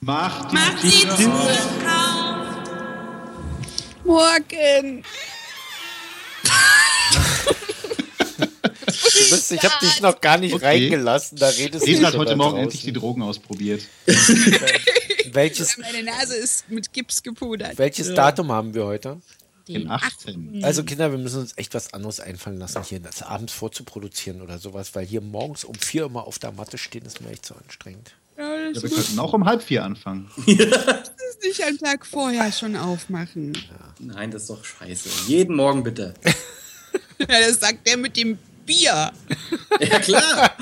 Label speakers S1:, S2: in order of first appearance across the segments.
S1: Mach die,
S2: Mach die
S1: Tür
S2: Tür
S1: auf.
S2: auf.
S3: Morgen.
S4: Du bist, ich habe dich noch gar nicht
S1: Okay.
S4: reingelassen, da redest du
S1: Esel hat
S4: schon
S1: heute
S4: da
S1: Morgen
S4: draußen.
S1: endlich die Drogen ausprobiert.
S4: Welches,
S3: Meine Nase ist mit Gips gepudert.
S4: welches Datum haben wir heute?
S1: Den 18.
S4: Also Kinder, wir müssen uns echt was anderes einfallen lassen, hier das abends vorzuproduzieren oder sowas, weil hier morgens um vier immer auf der Matte stehen, ist mir echt so anstrengend.
S3: Ja,
S1: Ja,
S3: das
S1: wir könnten auch um halb vier anfangen.
S3: ist nicht am Tag vorher schon aufmachen.
S5: Nein, das ist doch scheiße. Jeden Morgen bitte.
S3: Ja, das sagt der mit dem Bier.
S5: Ja, klar.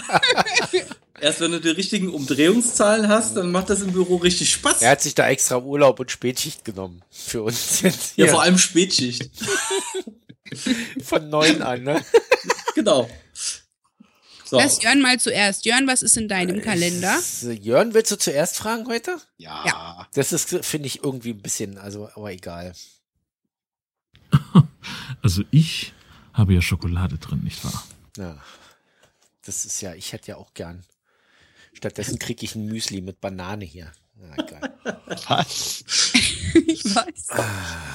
S5: Erst wenn du die richtigen Umdrehungszahlen hast, dann macht das im Büro richtig Spaß.
S4: Er
S5: Ja,
S4: hat sich da extra Urlaub und Spätschicht genommen für uns jetzt hier
S5: vor allem Spätschicht.
S4: von neun an. Ne?
S5: genau. So.
S3: Lass Jörn mal zuerst. Jörn, was ist in deinem Kalender?
S4: So, Jörn, willst du zuerst fragen heute?
S1: Ja.
S4: Das ist, finde ich, irgendwie ein bisschen, also, aber egal.
S6: Also ich habe ja Schokolade drin, nicht wahr?
S4: Ja. Das ist ja, ich hätte ja auch gern. Stattdessen kriege ich ein Müsli mit Banane hier. Na, egal.
S1: Was?
S3: Ich weiß.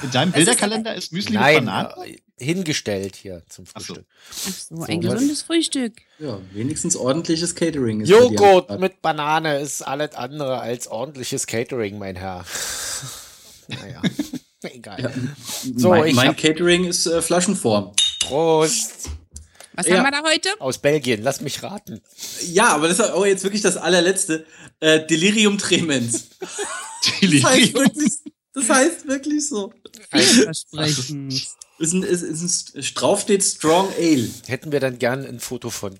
S1: In deinem Bilderkalender ist Müsli mit
S4: Nein,
S1: Bananen?
S4: äh, hingestellt hier zum
S1: Ach so.
S4: Frühstück.
S3: Ach so, ein
S4: was?
S3: gesundes Frühstück.
S5: Ja, wenigstens ordentliches Catering ist bei dir
S4: Joghurt
S5: am
S4: mit Banane ist alles andere als ordentliches Catering, mein Herr. Naja, egal.
S5: Start.
S4: So,
S5: mein,
S4: ich
S5: mein
S4: hab-
S5: Catering ist äh, Flaschenform.
S4: Prost.
S3: Was
S5: Ja.
S3: haben wir da heute?
S4: Aus Belgien, lass mich raten.
S5: Ja, aber das ist oh, jetzt wirklich das allerletzte. Äh, Delirium tremens. Das heißt, wirklich, das heißt wirklich so.
S4: Also,
S3: Vielversprechend.
S5: Ist ein, ist, ist ein drauf steht Strong Ale.
S4: Hätten wir dann gern ein Foto von.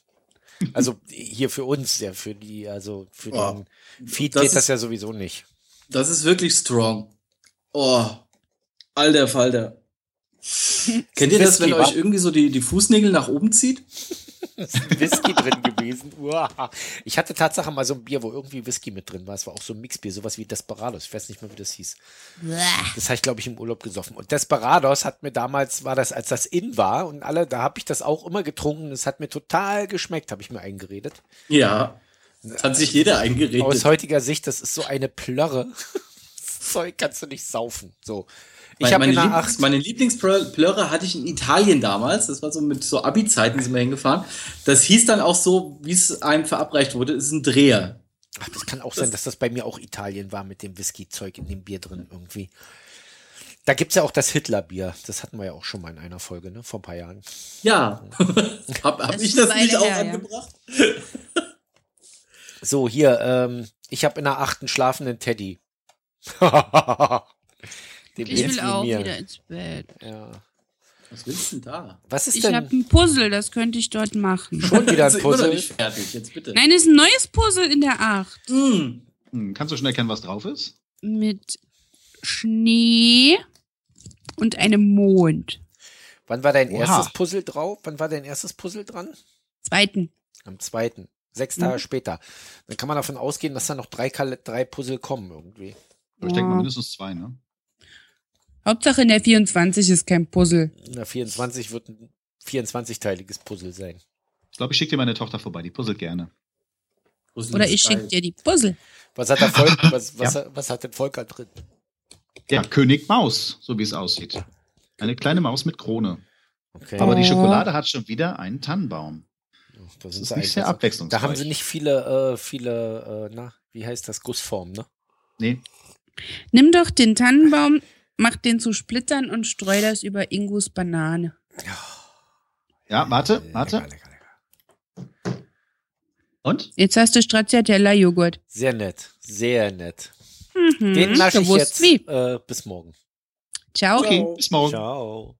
S4: Also hier für uns, ja, für die, also für
S5: Oh,
S4: den Feed
S5: das
S4: geht das
S5: ist-
S4: ja sowieso nicht.
S5: Das ist wirklich strong. Oh, alter Falter. Kennt ihr das,
S4: Whisky,
S5: wenn
S4: wa?
S5: euch irgendwie so die, die Fußnägel nach oben zieht?
S4: ist ein Whisky drin gewesen. Uah. Ich hatte Tatsache mal so ein Bier, wo irgendwie Whisky mit drin war. Es war auch so ein Mixbier, sowas wie Desperados. Ich weiß nicht mehr, wie das hieß. Das habe ich, glaube ich, im Urlaub gesoffen. Und Desperados hat mir damals, war das, als das in war und alle, da habe ich das auch immer getrunken. Es hat mir total geschmeckt, habe ich mir eingeredet.
S5: Ja. Das hat sich jeder eingeredet.
S4: Aus heutiger Sicht, das ist so eine Plörre. Das Zeug kannst du nicht saufen. So. Ich
S5: Mein-
S4: habe
S5: meine,
S4: in einer
S5: Lieblings,
S4: acht.
S5: meine Lieblingsplörre hatte ich in Italien damals. Das war so mit so Abi-Zeiten sind wir hingefahren. Das hieß dann auch so, wie es einem verabreicht wurde, es ist ein Dreher.
S4: Ach, das kann auch sein, dass das bei mir auch Italien war mit dem Whisky-Zeug in dem Bier drin irgendwie. Da gibt es ja auch das Hitler-Bier. Das hatten wir ja auch schon mal in einer Folge, ne? Vor ein paar Jahren.
S5: Ja. hab hab
S3: Das
S5: ich
S3: ist eine
S5: das nicht
S3: Weile
S5: auch
S3: her, ja.
S5: angebracht?
S4: So, hier, ähm, ich habe in der achten schlafenden Teddy. Dem
S3: Ich
S4: geht's
S3: will
S4: wie
S3: auch wieder ins Bett.
S4: Ja.
S5: Was willst du denn da?
S4: Was ist
S3: Ich habe
S4: denn
S3: ein Puzzle, das könnte ich dort machen.
S4: schon wieder
S5: Das
S4: ein
S5: ist immer noch
S4: Puzzle?
S5: nicht fertig, jetzt bitte.
S3: Nein, es ist ein neues Puzzle in der Acht.
S5: Mm.
S1: Hm, Kannst du schon erkennen, was drauf ist?
S3: Mit Schnee und einem Mond.
S4: Wann war dein
S1: Oha.
S4: erstes Puzzle drauf? Wann war dein erstes Puzzle dran?
S3: Zweiten.
S4: Am zweiten. Sechs Tage später. Dann kann man davon ausgehen, dass da noch drei, Kal drei Puzzle kommen irgendwie.
S1: Aber Ich denke mal
S3: Ja.
S1: mindestens zwei, ne?
S3: Hauptsache in der 24 ist kein Puzzle.
S4: Na, 24 wird ein 24-teiliges Puzzle sein.
S1: Ich glaube, ich schicke dir meine Tochter vorbei, die puzzelt gerne.
S5: Puzzle
S3: Oder
S5: ist
S3: ich
S5: geil.
S3: schicke dir die Puzzle.
S4: Was hat, der Volk, was, was, was hat denn Volker drin?
S1: Ja, König Maus, so wie es aussieht. Eine kleine Maus mit Krone.
S4: Okay.
S1: Aber die
S3: Oh.
S1: Schokolade hat schon wieder einen Tannenbaum.
S4: da
S1: Das
S4: sind
S1: ist
S4: sie
S1: nicht sehr
S4: eigentlich-
S1: abwechslungsreich.
S4: Da haben sie nicht viele, äh, viele, äh, na, wie heißt das, Gussform, ne?
S1: Nee,
S3: Nimm doch den Tannenbaum, mach den zu Splittern und streu das über Ingos Banane.
S1: ja, warte,
S4: Äh,
S1: warte. Und?
S3: Jetzt hast du Stracciatella-Joghurt.
S4: Sehr nett, sehr nett.
S3: Mhm.
S4: Den lasche ich
S3: Gewusst
S4: jetzt
S3: wie.
S4: äh, bis morgen.
S3: Ciao.
S1: Okay, bis morgen.
S4: Ciao.